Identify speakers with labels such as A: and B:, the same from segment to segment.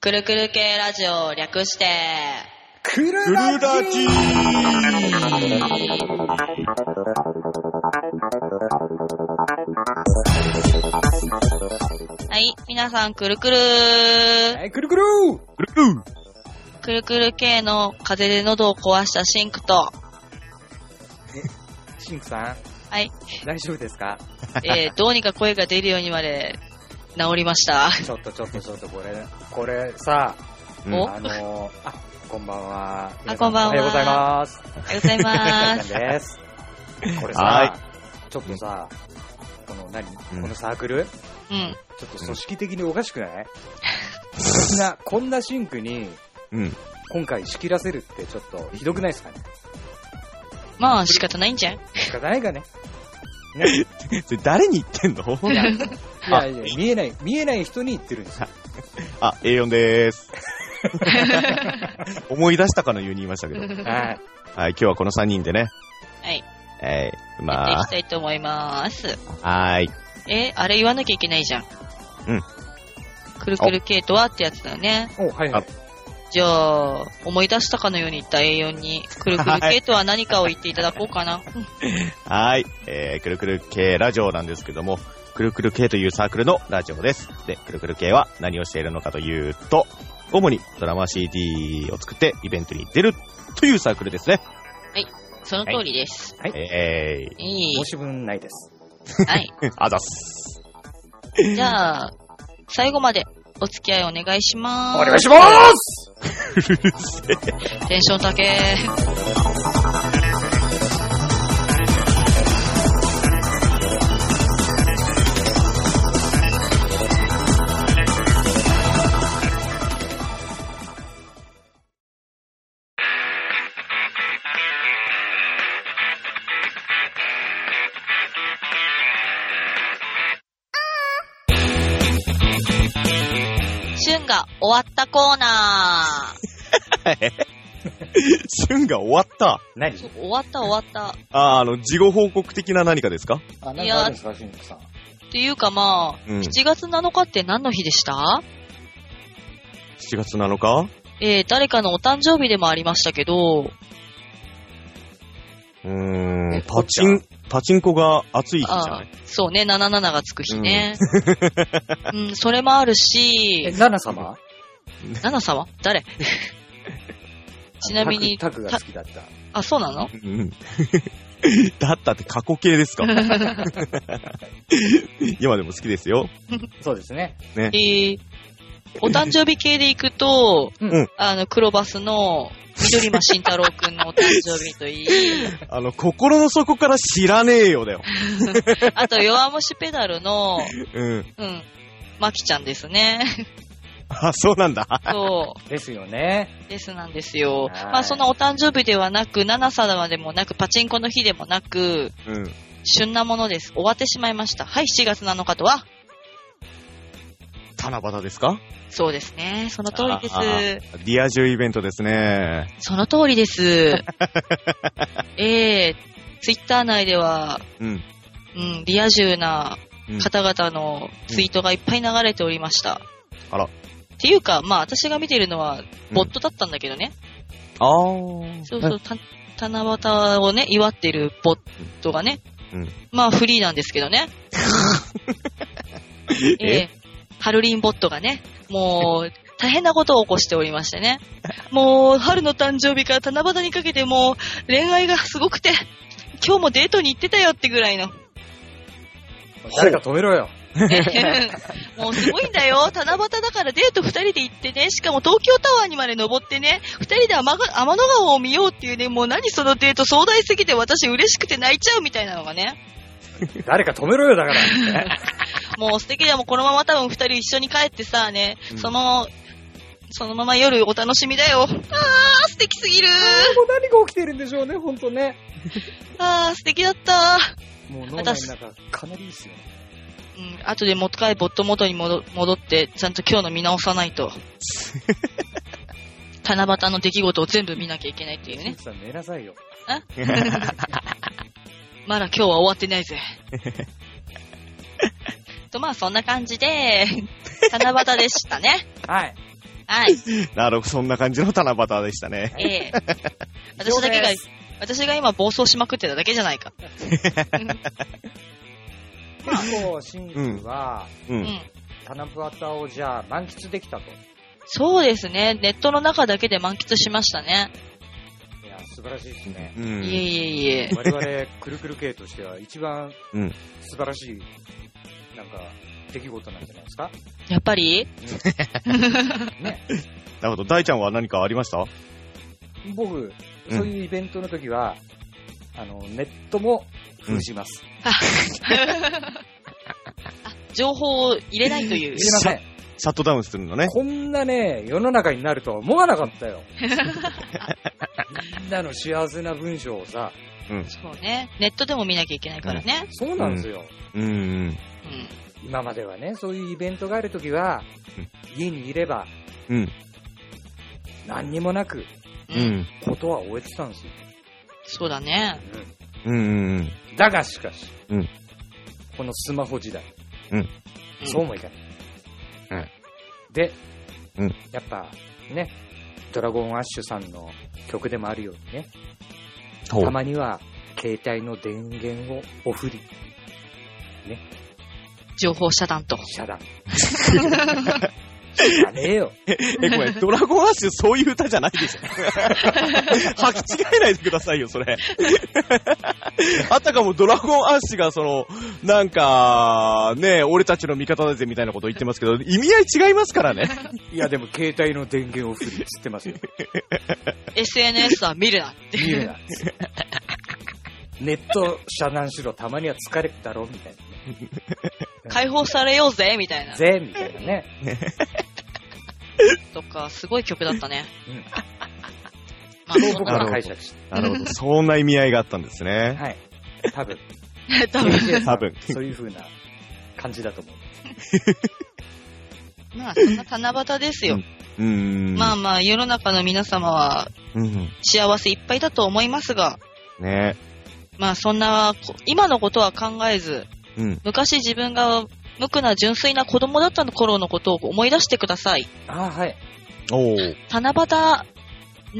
A: くるくる系ラジオ略して、
B: くる
C: ブル
B: ラ
C: ーラ
B: ジ
C: ジ
A: はい、皆さんくるくる
B: はい、くるくる
A: くるくる系の風で喉を壊したシンクと、
B: シンクさん、
A: はい、
B: 大丈夫ですか
A: えー、 どうにか声が出るようにまで治りました。
B: ちょっとちょっとちょっとこれ、これさ、
C: うん
A: お
B: あのー、あ、こんばんは。皆さ
A: こんばんは
B: おはようございます。
A: おはようございま
B: 皆
A: す。
B: さんです。これ
C: は
B: さ、ちょっとさ、この何
C: うん
B: このサークル
A: うん。
B: ちょっと組織的におかしくないこんな、こんなシンクに
C: うん。
B: 今回仕切らせるってちょっとひどくないですかね
A: まあ仕方ないんじゃん
B: 仕方ないかね
C: それ誰に言ってんの
B: いやいや
C: あ
B: いや、見えない、見えない人に言ってるんですよ。
C: あ、A4 でー す。思い出したかのように言いましたけど。はい、
B: はい。
C: 今日はこの3人でね。
A: はい。
C: えー、
A: やって
C: ま
A: いきたいと思います。
C: あ、はーい。
A: え、あれ言わなきゃいけないじゃん。
C: うん。
A: くるくる系とはってやつだよね。
B: お、はいはい。
A: じゃあ、思い出したかのように言った A4 に、くるくる系とは何かを言っていただこうかな。
C: はーい。えー、くるくる系ラジオなんですけども、くるくる系というサークルのラジオです。で、くるくる系は何をしているのかというと、主にドラマ CD を作ってイベントに出るというサークルですね。
A: その通りです。
C: え
A: いい
B: 申。し分ないです。
A: はい。
C: ー、あざっ す。
A: じゃあ、最後までお付き合いお願いします。
B: します
A: テンション高え。旬が終わったコーナー。
C: 旬が終わった。
B: 何
A: そう終わった終わった。
C: あー、あの、事後報告的な何かですか
B: あ、
A: な
B: なんん
A: か
B: か
A: あ
B: あ
A: る
B: る
A: ん
B: ん
A: で
B: ですか、しんくさん。
A: っていうかまあ、
C: うん。7
A: 7月7日って何の日でした
C: 月7日
A: えー、誰かのお誕生日でもありましたけど、
C: うー
B: え
C: ん、パチン、パチンコが熱い日じゃ
A: あ
C: ない
A: そうね、77がつく日ね。うん、それもある
B: え、
A: し、
B: ナナ様
A: 7様 誰ちなみに、
B: タクタクが好きだった。
A: あ、そうなの
C: うん うん。だったって過去 形ですか今でも好きですよ。
B: そうですね。
A: えー、お誕生日系で行くと、
C: うん
A: あの、黒バスの緑間慎太郎くんのお誕生日といい、
C: あの、心の底から知らねえよだよ。
A: あと、弱虫ペダルの、
C: うん。
A: うん、まきちゃんです ね。
C: あ、そうなんだ。
A: そう。
B: ですよね。
A: ですなんですよ。
B: はい
A: まあ、そのお誕生日ではなく、七様でもなく、パチンコの日でもなく、
C: うん。
A: 旬なものです。終わってしまいました。はい、7月7日とは
C: 七夕ですか
A: そうですね。その通り
C: あ
A: です。
C: ディア充イベントですね。
A: その通りです。ええツイッター内では、
C: うん。
A: うん、リア充な
C: うん
A: 方々のツイートがいっぱい流れておりました。
C: あら
A: っていうか、まあ、私が見てるのは、ボットだったんだけどね。
C: あー。
A: そうそう、た、七夕をね、祝ってるボットがね、
C: うん
A: まあフリーなんですけどね、
C: え
A: えーハルリンボットがね、もう、大変なことを起こしておりまして ね。もう、春の誕生日から七夕にかけてもう、恋愛がすごくて、今日もデートに行ってたよってぐらい の。
B: 誰か止めろよ。
A: もうすごいんだよ。七夕だからデート二人で行ってね、しかも東京タワーにまで登ってね、二人で天が天の川を見ようっていうね、もう何そのデート壮大すぎて私嬉しくて泣いちゃうみたいなのがね。
B: 誰か止めろよ、だから。
A: もう素敵だよ、もうこのまま多分二人一緒に帰ってさ、ね、
C: うん
A: その、そのまま夜お楽しみだよ。あー、素敵すぎる
B: もう 何が起きてるんでしょうね、ほんとね。
A: あー、素敵だった
B: もう脳内の中、かなりいいっすよね。
A: うん、後でもっかいボット元に戻戻って、ちゃんと今日の見直さない と。七夕の出来事を全部見なきゃいけないっていう
B: しん
A: ね
B: く。さん寝なさいよ。
A: まだ今日は終わってない ぜ。と、まあそんな感じで、七夕でしたね。
B: はい。
A: はい。
C: なるほど、そんな感じの七夕でしたね。
A: ええ私だけが、私が今暴走しまくってただけじゃないか。
B: 結構、シンクは、
C: う。
A: うんん。
B: 七夕をじゃあ満喫できたと。
A: そうですね。ネットの中だけで満喫しましたね。
B: いや、素晴らしいですね。
C: う
A: いえ
C: ん。
A: いえいえ。
B: 我々、くるくる系としては一番
C: うん
B: 素晴らしい、なんか、出来事なんじゃないですか。
A: やっぱり
B: ね。
C: なるほど、大ちゃんは何かありました
B: 僕、
C: うん
B: そういうイベントの時は、あの、ネットも封じます。
A: 情報を入れないという
B: 入。れません。
C: シャットダウンするのね。
B: こんなね、世の中になるとは思わなかったよ。みんなの幸せな文章をさ、
A: そうね。ネットでも見なきゃいけないからね。
B: そうなんですよ。
C: うん。
A: うん。
B: 今まではね、そういうイベントがあるときは、家にいれば、
C: うん
B: 何にもなく、
C: う。ん。
B: ことは終えてたんですよ。
A: そうだね。
C: うん。
B: だがしかし、
C: うん
B: このスマホ時代、
C: うん
B: そうもいかない。で、
C: うん
B: やっぱね、ドラゴンアッシュさんの曲でもあるようにね、
C: ほ
B: たまには携帯の電源をオフに
A: 情報遮断と。
B: 遮断。 やめよ。
C: え、 ごめん、ドラゴンアッシュそういう歌じゃない でしょ。履き違えないでくださいよ、それ。あたかもドラゴンアッシュが、その、なんか、ね、俺たちの味方だぜみたいなこと言ってますけど、意味合い違いますからね。
B: いやでも携帯の電源オフにっつってますよ。
A: SNS は見るなって。
B: 見るな。ネット遮断しろ、たまには疲れるだろうみたい なね。
A: 解放されようぜみたいな。
B: ぜみたいなね。
A: とか、すごい曲だったね。
B: うん
A: まあ、そ
B: そう
A: う
B: 僕
A: だ
B: は
A: な。
B: 解釈して。
C: なるほど。そんな意味合いがあったんですね。
B: はい。多分。
A: 多分
B: KJ さん
C: 多分
B: そういう風な感じだと思う。
A: まあ、そんな七夕ですよ。
C: うーん。
A: まあまあ、世の中の皆様は
C: うん。
A: 幸せいっぱいだと思いますが、
C: ね
A: まあそんな、こ今のことは考えず、
C: うん。
A: 昔自分が無垢な純粋な子供だった頃のことを思い出してください。
B: ああ、はい。
C: おお。
A: 七夕、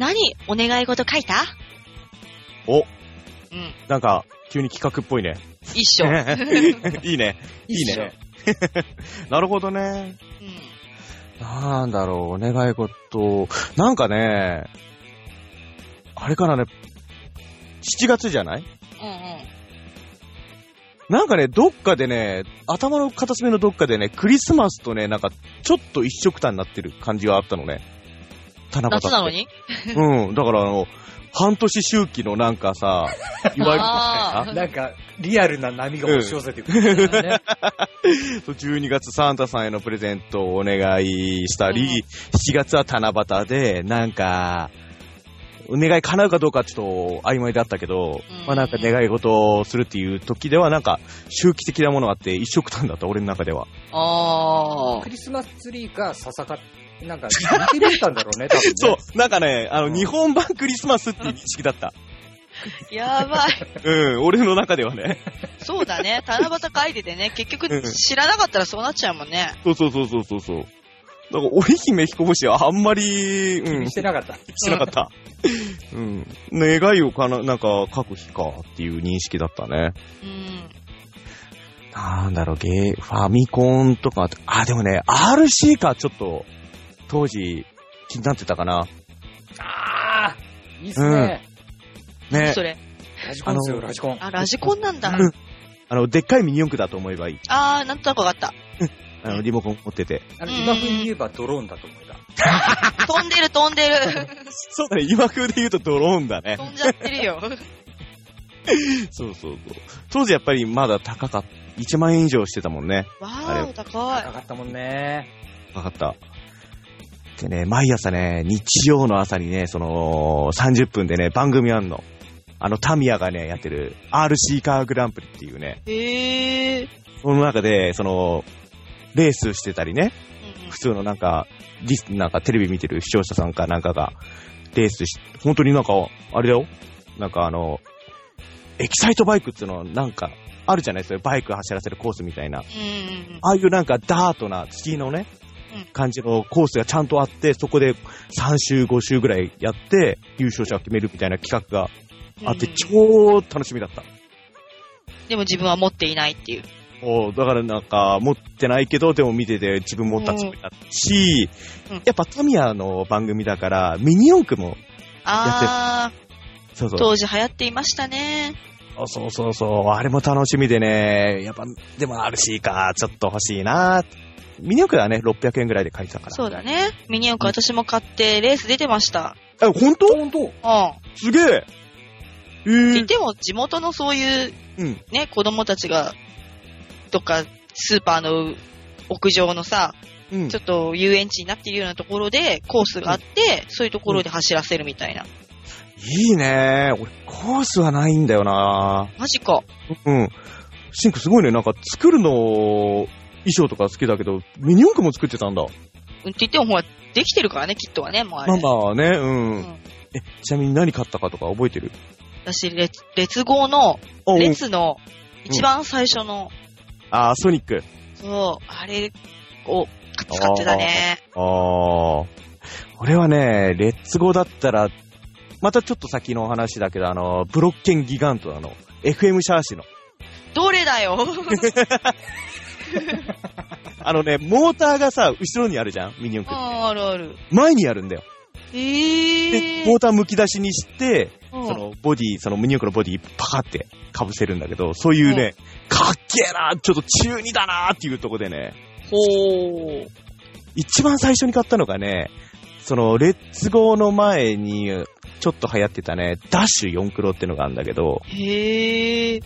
A: 何お願い事書いた
C: お、
A: うん、
C: なんか、急に企画っぽいね。
A: 一緒。
C: いいね。いいね。なるほどね。
A: うん
C: なんだろう、お願い事。なんかね、あれからね、7月じゃない
A: うんうん。
C: なんかね、どっかでね、頭の片隅のどっかでね、クリスマスとね、なんか、ちょっと一緒くたになってる感じがあったのね。七夕って
A: 夏なのに
C: うん、だからあの、半年周期のなんかさ、いわ
A: あ
B: 一緒
A: ー
B: なんか、リアルな波が押し寄せてくるんだよね。
C: ゆる、12月サンタさんへのプレゼントをお願いしたり、
A: うん
C: 7月は七夕で、なんか、お願い叶うかどうかちょっと曖昧だったけど、
A: うん
C: まあなんか願い事をするっていう時ではなんか周期的なものがあって一色たんだった、俺の中では。
A: あ
B: ク
A: ー。
B: リスマスツリーか笹か、なんか、似てたんだろうね、多分、ね。
C: そう、なんかね、あ
B: う
C: の、
B: ん
C: 日本版クリスマスっていう認識だった。
A: やばい。
C: うん、俺の中ではね。
A: そうだね。七夕書いててね、結
C: うん
A: 局知らなかったらそうなっちゃうもんね。
C: そうそうそうそうそうそう。だから、織姫彦星はあんまり、
B: 気
C: うん、
B: にしてなかった。
C: してなかった。 うん。願いをかな、なんか書く日かっていう認識だったね。
A: うん。
C: なんだろう、ゲー、ファミコンとか、あ、でもね、RC か、ちょっと、当時、気になってたかな。
B: ああいいっすね。
C: ね。
A: それ。
B: ラジコンですよ、
C: あの
B: ラジコン。
A: あ、ラジコンなんだ。
C: うんあの、でっかいミニ四駆だと思えばいい。
A: あー、なんとなくわかった。
C: あの、リモコン持ってて。
B: あの今風に言えばドローンだと思いだ。
A: 飛んでる飛ん でる。
C: そうだね、今風で言うとドローンだね。
A: 飛んじゃってるよ。
C: そうそうそう。当時やっぱりまだ高かった。1万円以上してたもんね。
A: わ
C: あ
A: ーお、高い
B: な。かったもんね。
C: わかった。でね、毎朝ね、日曜の朝にね、その、30分でね、番組あんの。あの、タミヤがね、やってる、RC カーグランプリっていうね、
A: へえ。
C: その中で、その、レースしてたりね、
A: うん
C: 普通のなんか、リス、なんかテレビ見てる視聴者さんかなんかが、レースし、本当になんか、あれだよ、なんかあの、エキサイトバイクっていうのはなんか、あるじゃないですか、バイク走らせるコースみたいな。
A: うん。
C: ああいうなんかダートな、土のね、
A: うん
C: 感じのコースがちゃんとあって、そこで3週、5週ぐらいやって、優勝者を決めるみたいな企画があって、
A: うん
C: 超楽しみだった。
A: でも自分は持っていないっていう。
C: もう、だからなんか、持ってないけど、でも見てて自分持ったつもりだったし、
A: うん
C: やっぱトミアの番組だから、ミニ四駆も、
A: あー、
C: そうそう、
A: 当時流行っていましたね。
C: そうそうそう、あれも楽しみでね、やっぱ、でも RC か、ちょっと欲しいな。ミニ四駆はね、600円ぐらいで借りたから。
A: そうだね。ミニ四駆私も買ってレース出てました。
C: え、ほんと
B: 本当
A: うん。
C: すげえ
A: っ
C: え
A: て
C: ー
A: 言っても地元のそういう、
C: うん
A: ね、子供たちが、とか、スーパーの屋上のさ、
C: うん
A: ちょっと遊園地になっているようなところでコースがあって、そういうところで走らせるみたいな。
C: いいね俺、コースはないんだよな
A: マジか。
C: うん。シンクすごいね、なんか作るの、衣装とか好きだけど、ミニ四駆も作ってたんだ。
A: うんって言ってもほら、できてるからね、きっとはね、もうあれ。
C: まあまあね、うん。
A: うん
C: え、ちなみに何買ったかとか覚えてる
A: 私、レ列号の、
C: あ、うん
A: 列の一番最初の、
C: あー、ソニック。
A: そう、あれを使ってたね。
C: あー。俺はね、レッツゴーだったら、またちょっと先のお話だけど、あの、ブロッケンギガントなの。FM シャーシの。
A: どれだよ
C: あのね、モーターがさ、後ろにあるじゃんミニ四
A: う
C: 駆。
A: んあるある。
C: 前にあるんだよ。
A: え
C: で、
A: え
C: モーターむき出しにして、
A: うん
C: そのボディ、そのミニ四駆のボディパカって被せるんだけど、そういうね、かっけえなちょっと中二だなっていうとこでね、
A: ほー。
C: 一番最初に買ったのがね、その、レッツゴーの前に、ちょっと流行ってたね、ダッシュ4クロってのがあるんだけど、
A: へえ。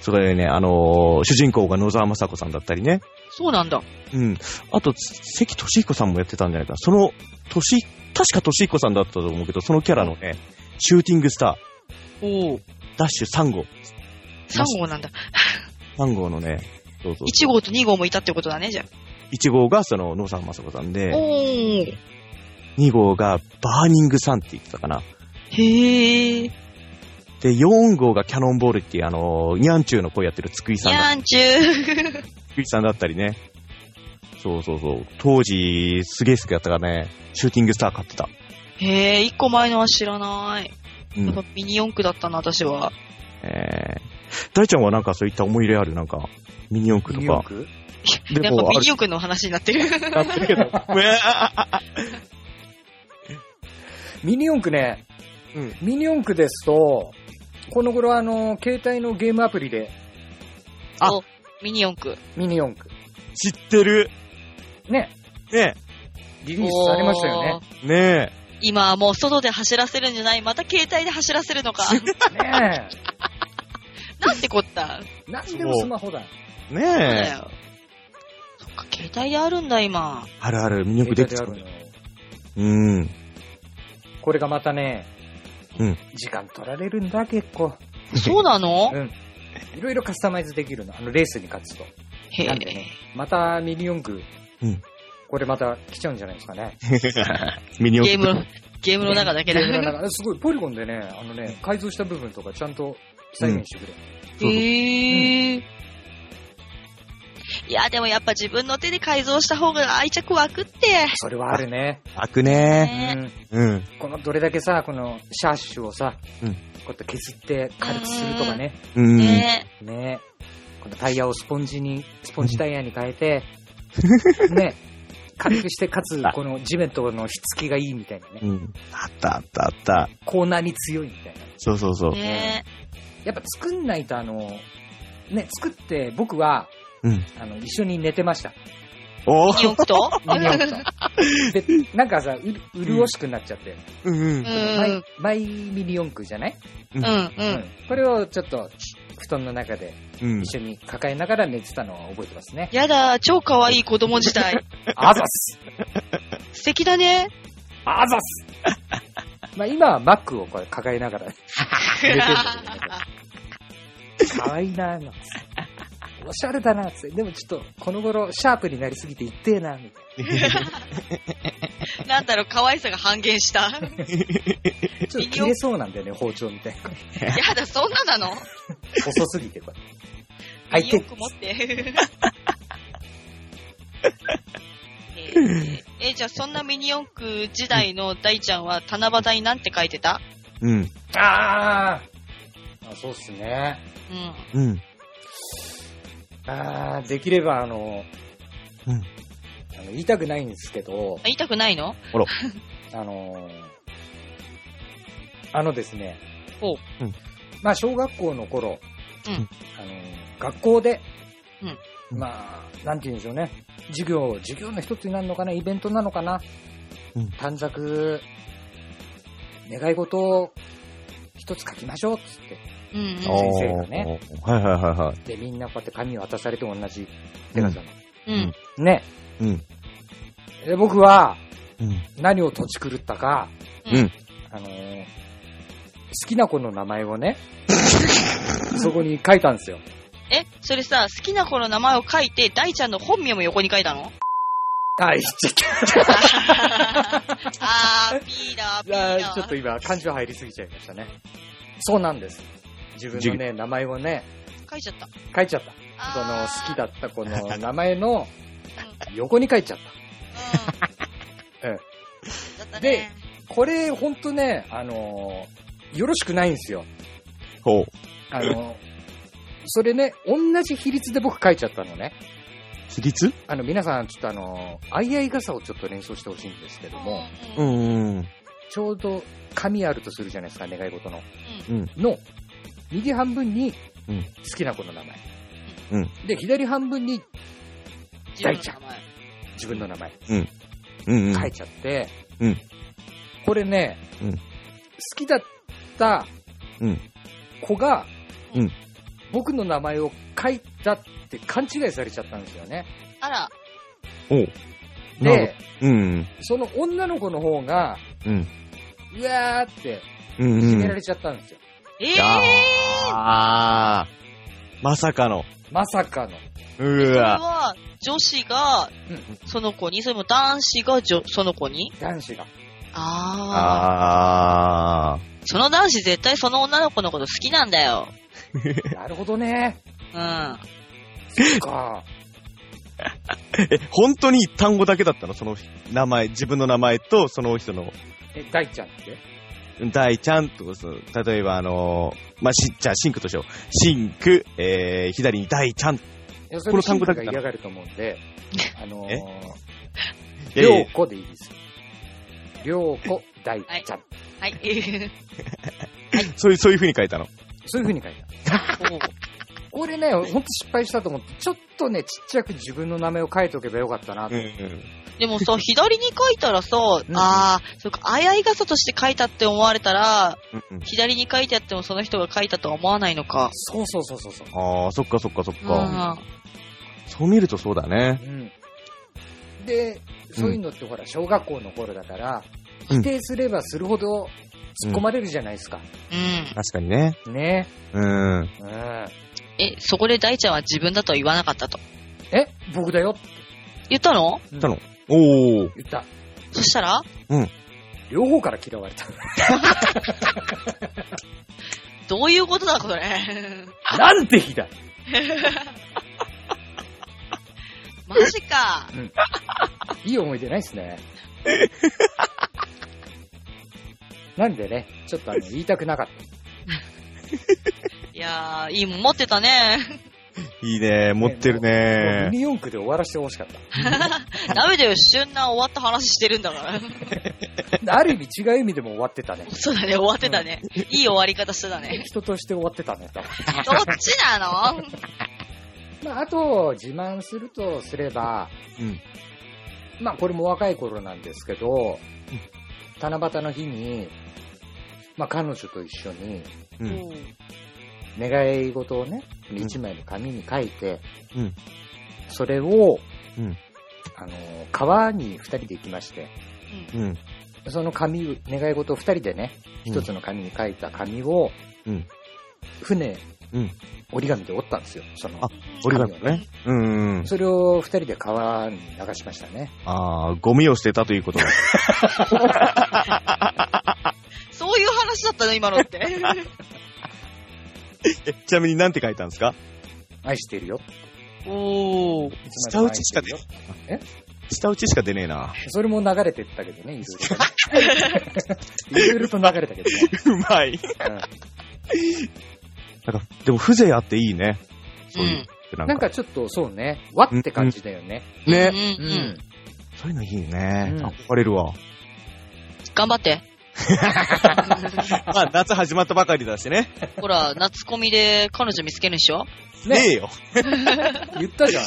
C: それでね、あのー主人公が野沢雅子さんだったりね、
A: そうなんだ。
C: うん。あと、関俊彦さんもやってたんじゃないかな。その、俊、確か俊彦さんだったと思うけど、そのキャラのね、シューティングスタ
A: おお。
C: ー、ダッシュ3号、
A: 3号なんだ。
C: 3号のね、そうそう
A: 1号と2号もいたってことだね、じゃ
C: 1号がその野沢雅子さん
A: あ。
C: で、
A: おー。
C: 2号がバーニングさんって言ってたかな。
A: へえ。
C: で、4号がキャノンボールっていう、あのー、ニャンチューの声やってるつくいさん
A: に
C: だ、
A: ゃんちゅー。
C: つくいさんだったりね。そうそうそう。当時、すげえ好きだったからね、シューティングスター買ってた。
A: へえ、1個前のは知らない。
C: うん
A: やっ。ぱミニ四駆だったな、私は。
C: えー、大ちゃんはなんかそういった思い入れあるなんか、ミニ四駆とか。
B: ク
C: で
A: なんか
C: も、
A: ミ
C: あ
A: ニ四駆の話になってる。
C: れ、やってるけど。うわあ
B: ミニ四駆ね、
C: うん
B: ミニ四駆ですと、この頃あの、携帯のゲームアプリで
C: あ
A: おミニ四駆。
B: ミニ四駆、
C: 知ってる。
B: ね、
C: ね
B: リリースされましたよね。
C: え。ねえ。
A: おー。今はもう外で走らせるんじゃないまた携帯で走らせるのか。
B: ね
A: なんてこった。
B: え。なんでもスマホだ。
A: そう
C: ね
A: だ
C: え。
A: よ。そっか、携帯であるんだ、今。
C: あるある、ミニ四駆
B: 携
C: で
B: 帯
C: き
B: で
C: て
B: あ
C: た
B: るのよ。
C: うん。
B: これがまたね、
C: うん
B: 時間取られるんだ、結構。
A: そうなの
B: うん。いろいろカスタマイズできるの。あの、レースに勝つと。
A: へ
B: なんでね
A: え。
B: またミニ四駆。
C: うん
B: これまた来ちゃうんじゃないですかね。
C: ミニ四
A: ゲーム
C: 駆。
A: の、ゲームの中だけだ。
B: ゲームの中すごい、ポリゴンでね、あのね、改造した部分とかちゃんと再現してくれる。
C: そうそう
A: へえ。いや、でもやっぱ自分の手で改造した方が愛着湧くって。
B: それはあるね。
C: 開くね
A: ね
C: うん。
B: このどれだけさ、このシャーシュをさ、
C: うん
B: こうやって削って軽くするとかね。
C: うん。
A: ね
B: ねこのタイヤをスポンジに、スポンジタイヤに変え て、ね軽くして、かつ、この地面とのしつきがいいみたいなね。
C: うん。あったあったあった。
B: コーナーに強いみたいな。
C: そうそうそう。
A: ね
B: やっぱ作んないとあの、ね、作って僕は、
C: うん。
B: あの、一緒に寝てました。
C: お
A: ミニオクと
B: ミニオクと。 で、なんかさ、う、うおしくなっちゃって。
C: うんうん
A: う。
B: マ
A: ん
B: イ。マイミニ四駆じゃない、
A: うん。う。
B: うんこれをちょっと、布団の中で
C: うん。
B: 一緒に抱えながら寝てたのは覚えてますね。
A: やだ、超可愛い子供時代。
B: あざっす
A: 素敵だね。
B: あざっすまあ今はマックをこれ抱えながら寝てるんだけどね。かわいいなぁ、なんつっておしゃれだなぁ、つって。でもちょっと、この頃、シャープになりすぎて痛えなぁ、みたい
A: なんだろう、可愛さが半減した。
B: な。ちょっと切れそうなんだよね、包丁みたいな。
A: やだ、そんななの
B: 細すぎて、これ。
A: ミ
B: 相
A: ニ
B: 手
A: オク持って。へーえ、じゃあそんなミニ四駆時代の大ちゃんは七夕になんて書いてた
C: うん。
B: あーあ。そうっすね。
A: うん。
C: うん。
B: ああ、できればあの、
C: うん
B: あの言いたくないんですけど、
A: 言いたくないの
B: あのーあのですね、
A: ほう
C: うん
B: まあ小学校の頃、
A: うん
B: あのー学校で、
C: うん
B: まあ、なんて言うんでしょうね、授業、授業の一つになるのかな、イベントなのかな、
C: うん
B: 短冊、願い事を一つ書きましょうっつって、
A: うんうん。
B: お先生がね
C: おー。はいはいはいはい。
B: で、みんなこうやって紙を渡されて同じ手紙なの。
A: うん。
B: ね。
C: うん。
B: で僕は、
C: うん。
B: 何を土地狂ったか、
C: うん
B: あのー好きな子の名前をね、そこに書いたんですよ。
A: え、それさ、好きな子の名前を書いて、大ちゃんの本名も横に書いた の
B: あ、言っちゃっ
A: あー、ピーだ、ピ
B: た。
A: ーだ。
B: あちょっと今、感情入りすぎちゃいましたね。そうなんです。自分のね、名前をね、
A: 書いちゃった。
B: 書いちゃった。その
A: あー
B: 好きだった子の名前の横に書いちゃっ
A: うん。
B: え
A: だったね
B: でた。これ、ほんとね、あのーよろしくないんですよ。
C: ほう。
B: あのーそれね、同じ比率で僕書いちゃったのね。
C: 比率
B: あの、皆さん、ちょっとあのー、あいあい傘をちょっと連想してほしいんですけども、
A: うん。うん。
C: んうん。
B: ちょうど紙あるとするじゃないですか、願い事の。
C: うん
B: の、右半分に
C: うん
B: 好きな子の名前。
C: うん
B: で、左半分に大ちゃん
A: 自分の名前。
B: 自分の名前
C: うんうん。
B: 書い。ちゃって、
C: うん
B: これね、
C: うん
B: 好きだった
C: うん
B: 子が、
C: うん
B: 僕の名前を書いたって勘違いされちゃったんですよね。
A: あら、
C: おう。なる
B: で、
C: ほどうん
B: その女の子の方が、
C: うん
B: うわーって
C: うん。うん
B: いじめら
C: れ
B: れちゃったんですよ。
A: え
C: た。
A: ー、
C: あー。まさかの。
B: まさかの。
C: う
A: それ
C: わ。
A: は、女子が
B: うん、
A: その子に、それも男子が女、その子に
B: 男子 が。
A: あ
C: あ
A: ー。その男子絶対その女の子のこと好きなんだよ。
B: なるほどね。
A: うん。
B: そっか。
C: ー。え、本当に単語だけだったのその名前、自分の名前とその人の
B: え、大ちゃんって
C: 大ちゃんとその例えばあのーまあ、し、じゃあ、シンクとしよう。シンク、えー、左に大ちゃん。
B: いやそれ
C: この単語だけ
B: シンクが嫌がると思うんで、あのー
C: え、
B: りょうこでいいですよ。りょうこ、大ちゃん。
A: はい。
C: そういう、そういう風に書いたの。
B: そういう風に書いた。
A: おう
B: これね、ほんと失敗したと思って、ちょっとね、ちっちゃく自分の名前を書いておけばよかったなと。
A: でもさ、左に書いたらさ、
B: ん
A: あー、そっか、あいあい傘として書いたって思われたら、
C: うんうん。
A: 左に書いてあってもその人が書いたとは思わないのか。
B: そうそうそうそうそう。
C: ああ、そっかそっかそっ
A: うん。
C: か。そう見るとそうだね。
B: うん。で、そういうのってほら、小学校の頃だから、
C: うん
B: 否定すればするほど突っ込まれるじゃないですか。
A: うん。
C: 確かにね。
B: ね。
C: うん。
B: うん。
A: え、そこで大ちゃんは自分だとは言わなかったと。
B: え、僕だよ。
A: 言ったの
B: 言
C: ったのおー。
B: 言った。
A: そしたら、
B: 両方から嫌われた。
A: どういうことだ、これ。
B: なんて日だ
A: マジか。
B: いい思い出ないっす ね。なんでね、ちょっとあの言いたくなかった。
A: いやー、いいもん持ってたね。
C: いいね。持ってる
B: もうミ
C: ね。
B: ニ四駆で終わらせてほしかった。
A: ダメだよ、旬な終わった話してるんだから。
B: ある意味違う意味でも終わってたね。
A: そうだね、終わってたね。いい終わり方してたね。
B: 人として終わってたね。多分
A: どっちなの
B: まあ、あと、自慢するとすれば、
C: うん
B: まあ、これも若い頃なんですけど、七夕の日に、まあ、彼女と一緒に、
A: う
C: う。
A: んん
B: 願い事をね、一枚の紙に書いて、
C: うん
B: それを、
C: うん
B: あの、川に二人で行きまして、
C: うん。
B: その紙、願い事を二人でね、一つの紙に書いた紙を、
C: うん
B: 船、
C: うん
B: 折り紙で折ったんですよ、その
C: あ。折り紙だね。うんうん。
B: それを二人で川に流しましたね。
C: ああ、ゴミを捨てたということだ。
A: そういう話だったの、今のって。
C: えちなみになんて書いたんですか
B: 愛してるよ。
A: おー。
B: いつまで
C: 下
B: も
C: 打
B: 愛
C: ち
B: し
C: してか
B: る
C: 出
B: よ
C: て下打ちしか出ねえな。
B: それも流れてったけどね、いろい ろ。いろいろと流れたけどね。
C: うまい。なんか、でも風情あっていいね。そういうのって
B: う
C: なんん
B: な
C: か。
B: んかちょっと、そうね、わって感じだよね。
A: うん。
C: ね。
A: うんうん。
C: そういうのいいね。
B: うん
C: 憧れるわ。
A: 頑張って。
C: まあ、夏始まったばかりだしね。
A: ほら、夏コミで彼女見つけるんでし ょ
C: ね
B: ね
C: えよ。
B: 言ったじゃん。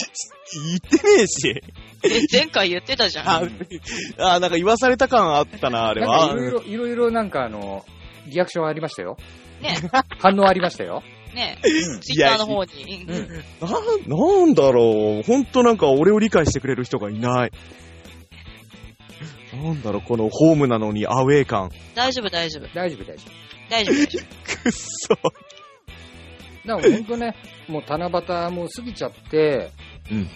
C: 言ってねえし。
A: え前回言ってたじゃん。
C: あ、あなんか言わされた感あったな、あれ
B: なん
C: は。
B: かいろいろ、いろいろなんかあの、リアクションありましたよ。
A: ね
B: 反応ありましたよ。
A: ね
B: うん
A: ツイッターの方に。
B: うん
A: うん
C: な、なんだろう。ほんとなんか俺を理解してくれる人がいない。なんだろう、このホームなのにアウェー感。
A: 大丈夫、大丈夫。
B: 大丈夫、大丈
A: 大丈夫、大丈
C: くっそ。
B: 夫。だから本当ね、もう七夕もう過ぎちゃって、
C: うん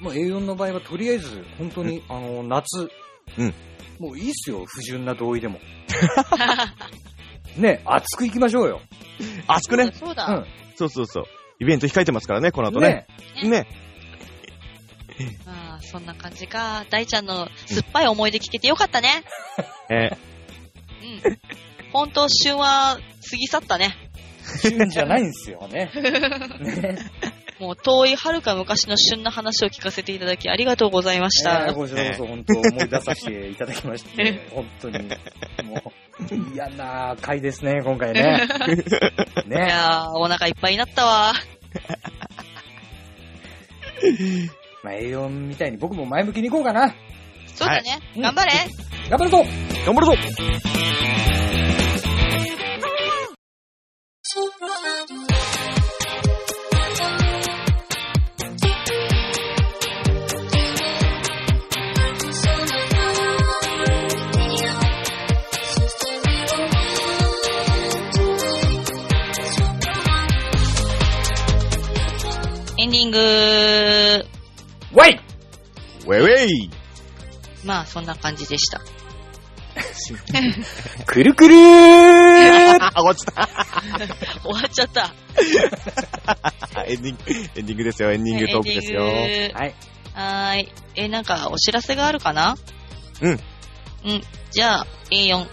B: もう A4 の場合はとりあえず、本当に、あの、夏。
C: うん
B: もういいっすよ、不純な同意でも。
A: 夫。
B: ね、熱くいきましょうよ。
C: 熱くね。
A: そう
B: う
A: だ。
B: ん。
C: そうそうそう。イベント控えてますからね、この後ね。ね。
A: ああ、そんな感じか。大ちゃんの酸っぱい思い出聞けてよかったね。
C: え
A: うん。ほんと、旬は過ぎ去ったね。
B: 旬じゃないんですよ ね。ね
A: もう遠い遥か昔の旬な話を聞かせていただきありがとうございまし
B: いや
A: た。
B: こちらこそ本当思い出させていただきま して、本当に、もう、嫌な回ですね、今回
A: い
B: ね。ね。
A: やー、お腹いっぱいになったわ。
B: まあ、A4 みたいに僕も前向きに行こうかな。
A: そうだね。
B: うん
A: 頑張れ。
B: 頑張るぞ
C: 頑張るぞ
A: エンディング。
B: わい
C: ウェイウェイ
A: まあ、そんな感じでした。
B: くるくるー
C: あ、 終わっちゃっ
A: 終わっちゃった。
C: た。エンディング、エンディングですよ、エンディングトークですよ。
A: エンディング
B: はい。
A: はーい。えー、なんかお知らせがあるかな
C: うん
A: うん。じゃあ、A4。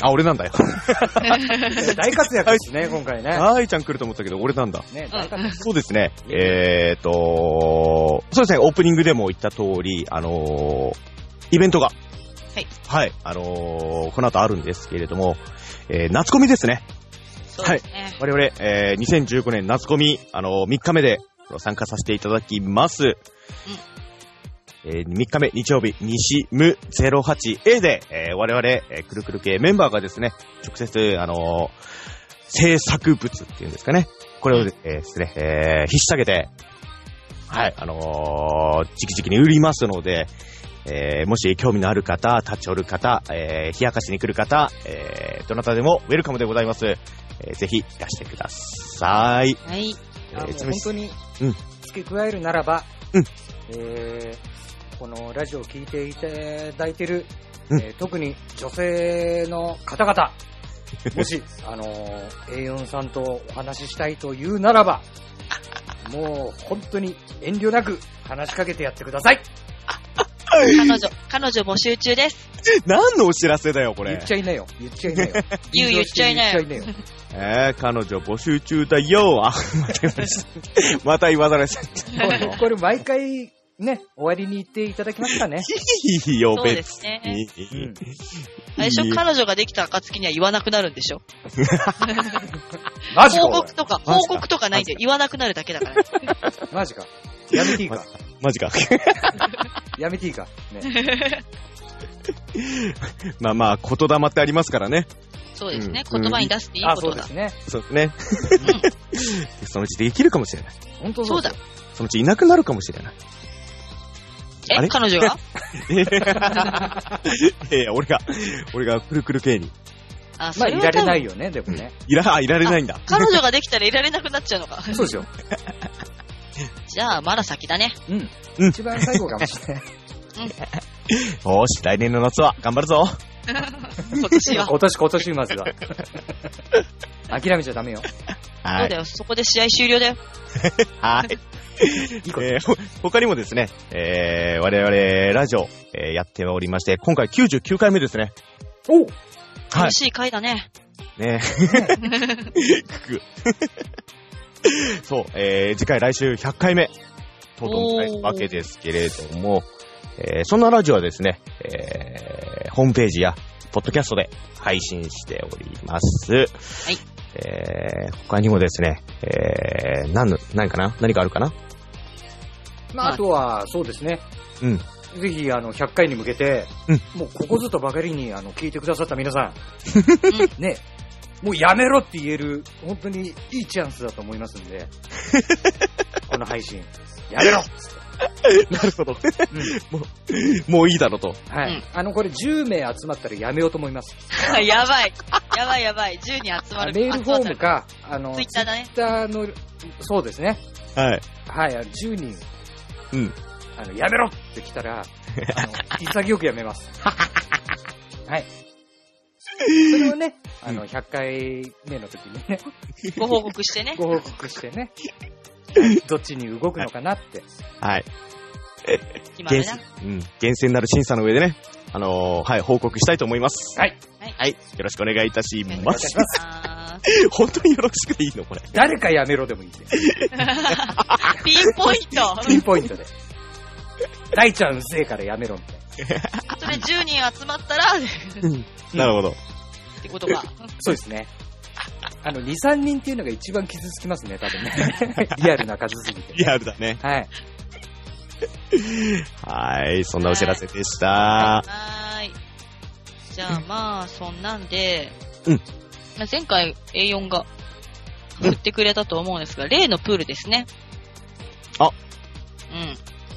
C: あ、俺なんだよ。
B: 大活躍ですね、今回ね。
C: あーいちゃん来ると思ったけど、俺なんだ。
B: ね、大活躍。
C: そうですね。えーと、そうですね、オープニングでも言った通り、あのーイベントが、
A: はい。
C: はい、あのーこの後あるんですけれども、えー夏コミですね。
A: そうですね。
C: 我々、えー2015年夏コミ、あのー3日目で参加させていただきます。えー3日目、日曜日、西ム 08A で、えー我々、えーくるくる系メンバーがですね、直接、あのー制作物っていうんですかね。これをえーですね、えー、ひっ提げて、はい、あのー、じきじきに売りますので、えーもし興味のある方、立ち寄る方、えー、冷やかしに来る方、えーどなたでもウェルカムでございます。えーぜひいらしてください。
A: はい。
C: え
B: あもう
C: ーち
B: 本
C: なみに
B: 当に
C: うん
B: 付け加えるならば、
C: うん
B: えーこのラジオを聞いていただいてる、
C: うん
B: えー特に女性の方 々、もし、あのー、A4 さんとお話ししたいというなら ば、もう本当に遠慮なく話しかけてやってください
A: 彼女、彼女募集中です。
C: 何のお知らせだよ、こ
B: 言っ
C: れ。
B: ちゃいなよ言っちゃい なよ
A: 言う言っちゃいなよ
B: 言っちゃいなよ
C: えー、彼女募集中だ よ。あ、待ってました。また言わされちゃった。
B: もう これ毎回ね、終わりに言っていただきます かね。
C: いいよ、
A: そうで
C: 別
A: すね。
C: に。
B: うん
A: 最初、彼女ができた暁には言わなくなるんでしょ
B: マジか
A: 報
B: おい
A: 告とか、
C: マ
A: 報
C: ジか
A: 告とかないんで言わなくなるだけだから。
B: マジかやめていいか
C: マジか。
B: やめていいかね
C: まあまあ、言霊ってありますからね。
A: そうですね。
C: うん
A: 言葉に出すっていい
B: あ、
A: こ
B: そ
A: と
B: うで
A: だ
B: す。ね。
C: そうね。 そのうちできるかもしれない。
B: 本当
A: そうだ。。
C: そのうちいなくなるかもしれない。あ
A: え、
C: れ
A: 彼女が
C: いやいや、俺が、俺がくるくる系に。
A: あ、そ
B: まあ、
A: れ
B: い
A: は
B: られ
A: 多
B: な
A: 分
B: いよね、でもね。
C: いら、あいられないんだ。
A: 彼女ができたらいられなくなっちゃうのか。
B: そうですよ。
A: じゃあ、まだ先だね。
B: うん。
C: うん
B: 一番最後かもしれない。
C: よーし、来年の夏は頑張るぞ。
A: 今年は。そ
B: 今年、今年、まずは。諦めちゃダメよ。
A: う
C: は
A: だ
C: い。
A: よ。そこで試合終了だよ。
C: は い。
B: いいこと。
C: えーほ他にもですね、えー我々ラジオ、えーやっておりまして、今回99回目ですね。
B: お
C: はい
A: 楽しい回だね。
C: ね え。くくそう、えー次回来週100回目、とうとう迎えたわけですけれども、えーそんなラジオはですね、えーホームページや、ポッドキャストで配信しております。はい。えー他にもですね、えー、なんの、何かな何かあるかな
B: まあ、あとは、そうですね。
C: うん。
B: ぜひ、あの、100回に向けて、
C: うん
B: もうここずっとばかりに、あの、聞いてくださった皆さ、
A: うん
B: ね、もうやめろって言える、本当にいいチャンスだと思いますんで、この配信、やめろ、
C: なるほど。
B: う
C: もういいだろうと。
B: ん、はい、
A: うん
B: あの、これ10名集まったらやめようと思います。
A: やばい。やばいやばい。10に集まる。
B: メールフォームか、あの、
A: ツイッターだね。
B: ツイッターの、そうですね。
C: はい。
B: はい、あの10人。
C: うん
B: あの、やめろって来たら、あ の、潔くやめます。はい。それをね、あの、100回目の時に ね、
A: ご報告して ね。
B: ご報告してね、どっちに動くのかなって。
C: はい。
A: 決ま
C: 厳
A: るな
C: 選。、うん。厳選なる審査の上でね、あのーはい、報告したいと思います。
B: はい。
C: はい。よろしくお願いいたし
A: お願
C: ま
A: いい
C: す
A: た。します
C: 本当によろしくでいいのこれ。
B: 誰かやめろでもいいんで。
A: ピンポイント。
B: ピンポイントで。大ちゃんうぜえからやめろみたいな。
A: それ10人集まったら、 っ
C: なるほど。
A: てことか。
B: そうですね。あの、2、3人っていうのが一番傷つきますね、多分ね。 リアルな数すぎて。
C: リアルだね。
B: はい。
C: はい。そんなお知らせでした。
A: はーい。じゃあまあ、そんなんで、
C: うん
A: まあ前回 A4 が振ってくれたと思うんですが、例のプールですね。
C: あ
A: う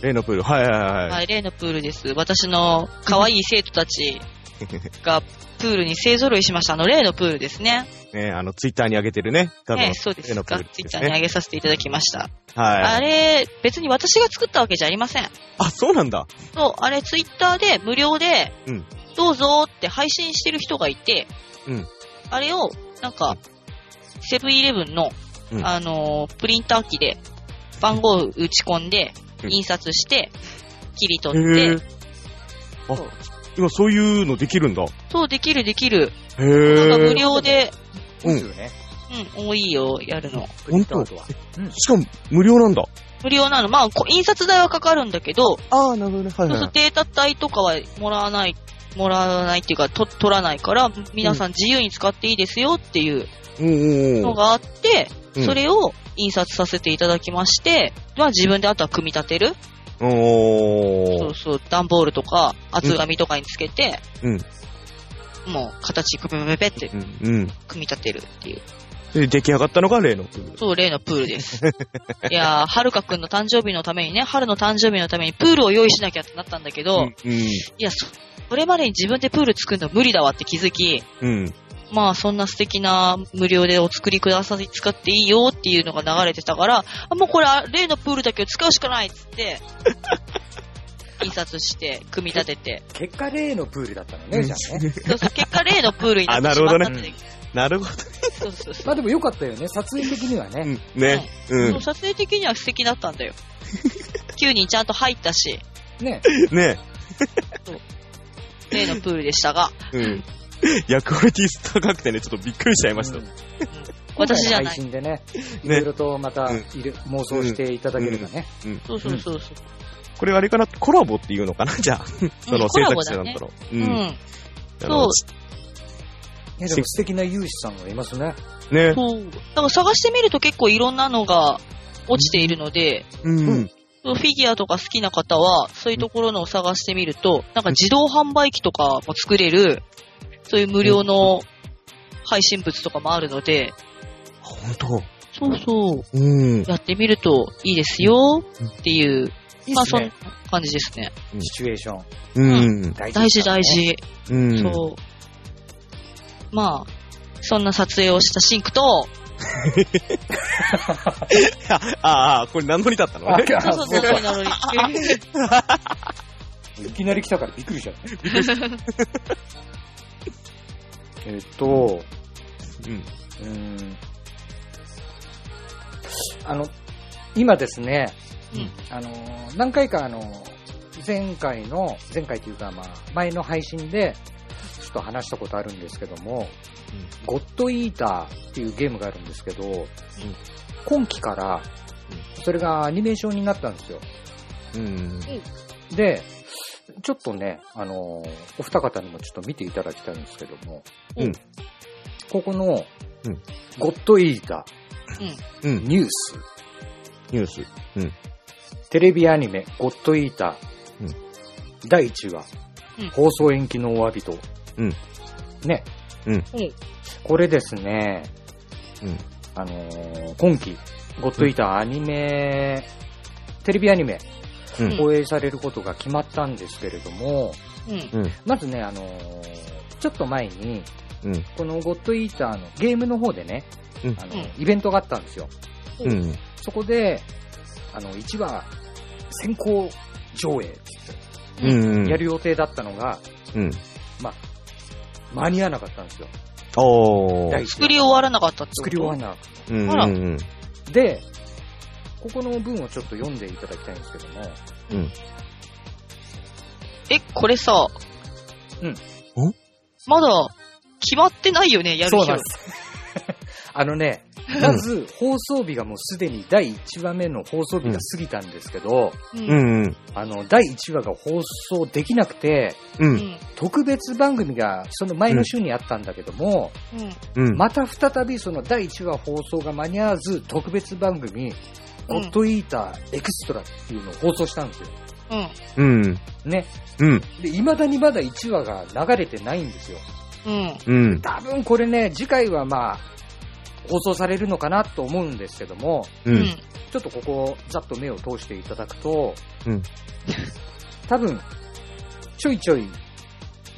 C: 例のプール。はいはい
A: ん。
C: は。
A: はいい、例のプールです。私の可愛い生徒たち がプールに勢揃いしました。あの、例のプールですね。
C: ね、あの、ツイッターに上げてるね。画像
A: ね
C: の、
A: そうです。
C: 例のプー
A: が
C: ル
A: ツイ
C: で
A: ッ
C: す
A: ターに上
C: ね。
A: げさせていただきました。あ
C: はい。
A: れ、別に私が作ったわけじゃありません。
C: あ、そうなんだ。
A: そう、あれツイッターで無料で、
C: うん
A: どうぞって配信してる人がいて、
C: うん
A: あれを、なんか、セブンイレブンの、
C: うん
A: あのープリンター機で番号を打ち込んで、
C: うん
A: 印刷して、切り
C: へ
A: 取って、
C: え。あ、今そういうのできるんだ。へ
A: そう、できるできる。
C: え。
A: なんか無料で、
C: うん
B: ですよね。
A: うん、多いよ、やるの。
B: プリントアウトは。
C: しかも無料なんだ。
A: 無料なの。まあ、こ印刷代はかかるんだけど、
C: ああ、なるほどね。はい
A: そうするとデータ代とかはもらわない、もらわないっていうか、と取らないから、皆さん自由に使っていいですよっていう
C: い。うんうん
A: のがあって、
C: うん
A: それを印刷させていただきまして、まあ自分であとは組み立てる、
C: お
A: そ
C: ー
A: う。そう、段ボールとか厚紙とかにつけて、
C: うん
A: もう形くべべべって
C: うんうん。
A: 組み立てるっていう、
C: で、出来上がったのが例のプール。
A: そう、例のプールです。 いやー、はるかくんの誕生日のためにね、春の誕生日のためにプールを用意しなきゃってなったんだけど、いや、そそれまでに自分でプール作るの無理だわって気づき、
C: うん。うん。
A: まあそんな素敵な無料でお作りください、使っていいよっていうのが流れてたから、あもうこれあ例のプールだけを使うしかないっつって、 印刷して、組み立てて。
B: 結果例のプールだったのね、じゃあね。
A: そうそう、結果例のプールになってしまったっていう。
C: なるほ
A: そうそうそ
B: まあ
A: う。
B: でもよかったよね、撮影的には
C: ど
B: ね。
C: ね。ね。う
A: そう撮影的には素敵だったんだよ。9人ちゃんと入ったし、
B: ね。
C: ん。ね。
A: 例のプールでしたが、
C: うん。いや、クオリティ高くてね、ちょっとびっくりしちゃいました。
B: うん
A: 私じゃな
B: 配
A: い。
B: 信でね、いろ
C: ね
B: いろとまた
C: うん
B: いる妄想していただければね。
A: そうそうそうそう。
C: これあれかなコラボっていうのかなじゃあ、そ
A: うん
C: の
A: コ
C: 制
A: ラボ
C: 作
A: だ
C: 者の
A: ね
C: ところ。う
A: うん。
C: ん。あの
B: いやでも素敵な有志さんがいますね。
C: ね。
A: そう。だから探してみると結構いろんなのが落ちているので、
C: うん。
A: フィギュアとか好きな方は、そういうところのを探してみると、なんか自動販売機とかも作れる、そういう無料の配信物とかもあるので、
C: ほんと。
A: そうそう、
C: うん。
A: やってみるといいですよっていう、
B: いい
A: ま
B: っ
A: あ
B: す
A: そんな
B: ね。
A: 感じですね。
C: うん
B: シチュエーション。
C: うん。
B: 大事
A: 大事大。事。
C: うん。
A: そう。まあ、そんな撮影をしたシンクと、
C: あああ、これ何乗りだったの
B: あ、
C: ね
A: そうそう、
B: そう
A: なの
B: か
A: りなのり。
B: いきなり来たからびっくりしちゃった。えっと、
C: うん。
B: うーん。あの、今ですね、
A: うん
B: あのー何回かあのー前回の、前回というかまあ、前の配信で、ちょっと話したことあるんですけども、ゴッドイーターっていうゲームがあるんですけど、今期から、それがアニメーションになったんですよ。
C: うん。
B: で、ちょっとね、あのーお二方にもちょっと見ていただきたいんですけども、
C: うん
B: ここの
C: うん、
B: ゴッドイータ
C: う
B: ー、
C: ん。
B: ニュース、
C: ニュース。
B: テレビアニメ、ゴッドイーター、
C: う
B: 第1話、
A: うん
B: 放送延期のお詫びと、
C: うん
B: ね、
C: うん
A: ん
B: これですね、
C: うん
B: あのー今期、ゴッドイーターアニメ、テレビアニメ、
C: うん
B: 放映されることが決まったんですけれども、
A: うん。
B: まずね、あのーちょっと前に、
C: うん。
B: このゴッドイーターのゲームの方でね、
C: うん
B: あの
A: うん
B: イベントがあったんですよ。
C: うん。
B: そこで、あの、1話、先行上映、
C: うん。
B: やる予定だったのが、
C: うん。
B: 間に合わなかったんですよ。
C: おー。
B: 第一
A: 作り終わらなかったってこと
B: 作り終わらなかっ
C: うん。
A: あら
C: うん。
B: た。で、ここの文をちょっと読んでいただきたいんですけども、
C: うん。
A: え、これさ、
B: うん
A: んまだ、決まってないよね、やる
B: そう
A: 日
B: な
A: は
B: んで。す。あのね、まず放送日がもうすでに第1話目の放送日が過ぎたんですけど、
A: うん
C: うん。
B: あの、第1話が放送できなくて、
C: う。
A: うんん。
B: 特別番組がその前の週にあったんだけども、
A: うん。
C: うん。
B: また再びその第1話放送が間に合わず、特別番組、ゴッドイーターエクストラっていうのを放送したんですよ。
A: うん。
C: うん。
B: ね。
C: うん。
B: で、未だにまだ1話が流れてないんですよ。
A: うん。
C: うん。
B: 多分これね、次回はまあ、放送されるのかなと思うんですけども、
C: う。
A: うんん。
B: ちょっとここ、ざっと目を通していただくと、
C: うん
B: 多分、ちょいちょい、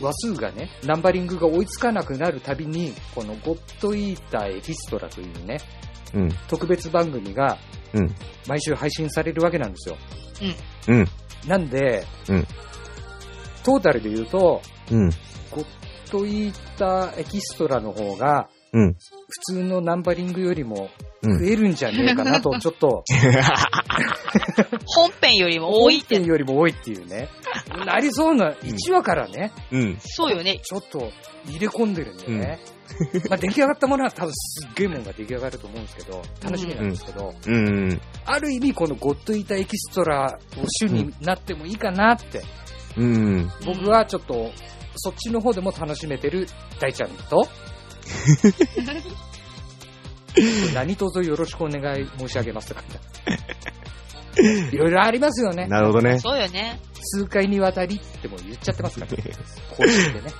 B: 話数がね、ナンバリングが追いつかなくなるたびに、このゴッドイーターエキストラというね、
C: うん。
B: 特別番組が
C: うん。
B: 毎週配信されるわけなんですよ。
C: うん。うん。
B: なんで、
C: うん
B: トータルで言うと、
C: うん。
B: ゴッドイーターエキストラの方が、
C: うん。
B: 普通のナンバリングよりも
C: うん
B: 増えるんじゃねえかな と、ちょっと、
A: 本編よりも多いって
B: 本。編よりも多いっていうね、 なりそうな1話からね、
C: うん。
A: そうよね。
B: ちょっと入れ込んでるんでね。まあ出来上がったものは多分すっげえもんが出来上がると思うんですけど、楽しみなんですけど、
C: うん。
B: ある意味このゴッドイーターエキストラを主になってもいいかなって
C: うん。
B: 僕はちょっと、そっちの方でも楽しめてる大ちゃんと、何卒よろしくお願い申し上げますって感じ。いろいろありますよね。
C: なるほどね。
A: そうよね。
B: 数回にわたりってもう言っちゃってますから、公式でね。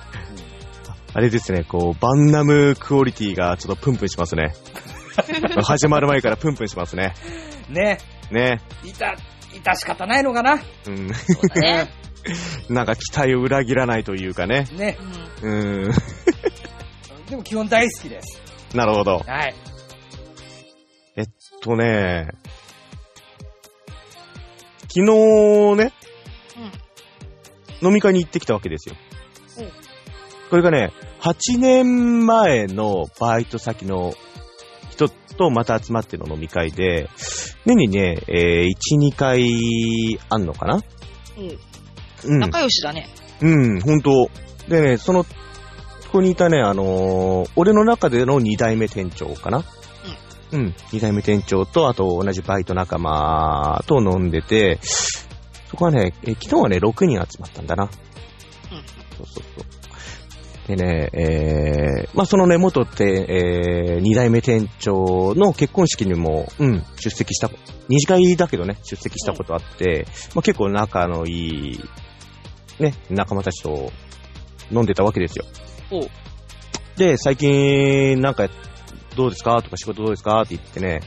C: あれですね、こう、バンナムクオリティがちょっとプンプンしますね。始まる前からプンプンしますね。
B: うんね、
C: ね。
B: いた、いた仕方ないのかな。
C: うん。
A: そうだね。
C: なんか期待を裏切らないというかね。
B: ね
A: う、ん。
C: うん。
B: でも基本大好きです。
C: なるほど。
B: はい。
C: とね、昨日ね、飲み会に行ってきたわけですよ
A: うん。
C: これがね、8年前のバイト先の人とまた集まっての飲み会で、年にね、え1、2回あんのかな
A: うん。
C: うん。
A: 仲良しだね。
C: うん、ほんと。でね、その、ここにいたね、あのー俺の中での2代目店長かな。うん。2代目店長と、あと同じバイト仲間と飲んでて、そこはね、え昨日はね、6人集まったんだな。そうそうそう。でね、えー、まあ、そのね、元って、えー、2代目店長の結婚式にも、うん、出席した、二次会だけどね、出席したことあって、まあ、結構仲のいいね、仲間たちと飲んでたわけですよ。
A: おう
C: で、最近、なんか、どうですかとか仕事どうですかって言ってね、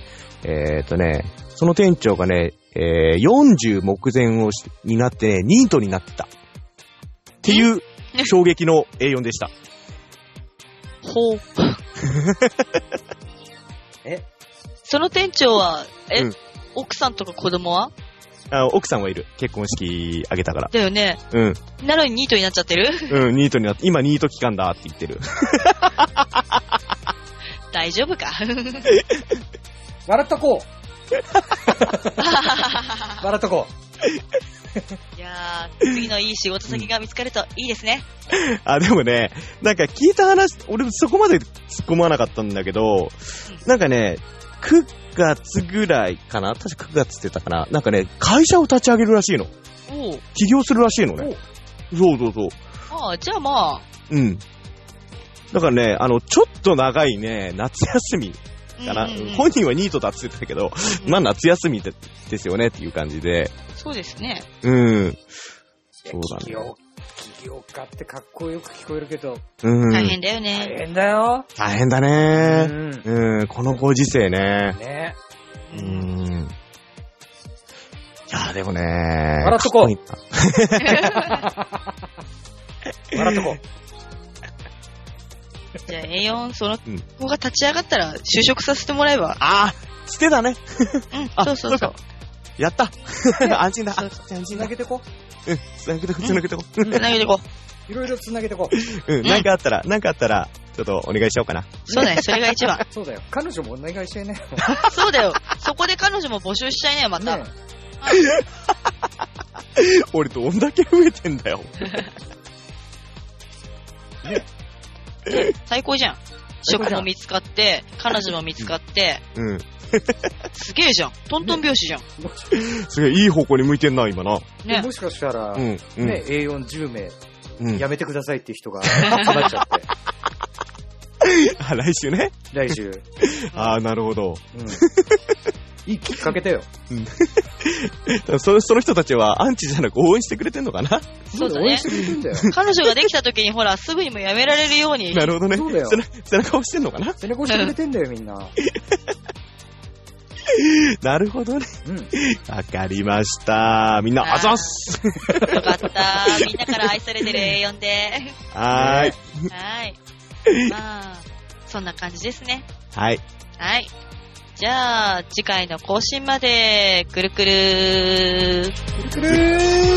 C: えーっ、とね、その店長がね、えー40目前をしになって、ね、ニートになってた。っていう
A: え
C: 衝撃の A4 でした。
A: ほ う。
B: え
A: その店長は、え、
C: うん
A: 奥さんとか子供は
C: あ奥さんはいる。結婚式あげたから。
A: だよね。
C: うん。
A: なのにニートになっちゃってる
C: うん、ニートになって、今ニート期間だって言ってる。
A: 大丈夫か
B: 笑ったこう。 笑っとこ
A: いやー、次のいい仕事先が見つかるといいですね。
C: あ、でもね、なんか聞いた話、俺そこまで突っ込まなかったんだけど、なんかね、9月ぐらいかな確か9月って言ったかななんかね、会社を立ち上げるらしいの。
A: おう
C: 起業するらしいのね。そうそうそう。
A: ああ、じゃあまあ、
C: うん。だからね、あの、ちょっと長いね、夏休みかな。
A: うんうんうん
C: 本人はニートだって言ってたけど、
A: うん
C: まあ夏休みでですよねっていう感じで。
A: そうですね。
C: うん。
B: う。
C: そうだね
B: 起業、起業家ってかっこよく聞こえるけど、
C: うん。
A: 大変だよ
B: 大
A: ね。
B: 変だよ。
C: 大変だ
B: う
C: ね。
B: ん。ね
C: うん、このご時世ね。 う。
A: うん
C: いやーでもね
B: 笑っとこう
C: かっいいな
B: 笑っとこ
A: じゃあ A4、その
C: うん
A: 子が立ち上がったら就職させてもらえば。
C: あー捨てだね。
A: うん、
C: あ
A: そうそうそう。
C: やった 安 心だ。あ安
B: う。つ
C: 心
B: な
C: だ。
B: げてこ
C: うん、つなげてこう、つなげてこ
B: う。
A: 投げてこう。
B: いろいろつなげてこ
C: う。うん、
A: ん
C: なんかあったら、なんかあったら、ちょっとお願いしようかな。
A: そうだね、それが一番。
B: う。そうだよ。彼女もお願いしてね。
A: そうだよ。そこで彼女も募集しちゃいなよ、また。
B: ね
C: 俺どんだけ増えてんだよ。
A: 最高じゃん。
B: 最高じゃん
A: 職も見つかって、彼女も見つかって、
C: うん。
A: すげえじゃん。トントン拍子じゃん。
C: すげえ、いい方向に向いてんな、今な。
A: ね。
B: もしかしたら、
C: うん。うん。
B: ね、A40 名、
C: うん
B: やめてくださいっていう 人が集まっちゃって、
C: あ、来週ね。
B: 来週。
C: ああ、なるほど。
B: うん。いいきっかけだよ。
C: そのその人たちはアンチじゃなく応援してくれてんのかな
A: そうだ
B: 応援
A: ね
B: し。てくれてんだよ。
A: 彼女ができた時にほら、すぐにもやめられるように。
C: なるほどね。
B: そうだよ
C: 背中背中押してんのか な
B: 背中押してくれてんだよ、みんな。
C: なるほどね。
B: うん。
C: わかりました。みんな、
A: あー
C: あざっす
A: よかった。みんなから愛されてる A4 で。
C: はーい。
A: はい。まあ、そんな感じですね。
C: はい。
A: はい。じゃあ、次回の更新まで、くるくる
B: くるくるー Hmm.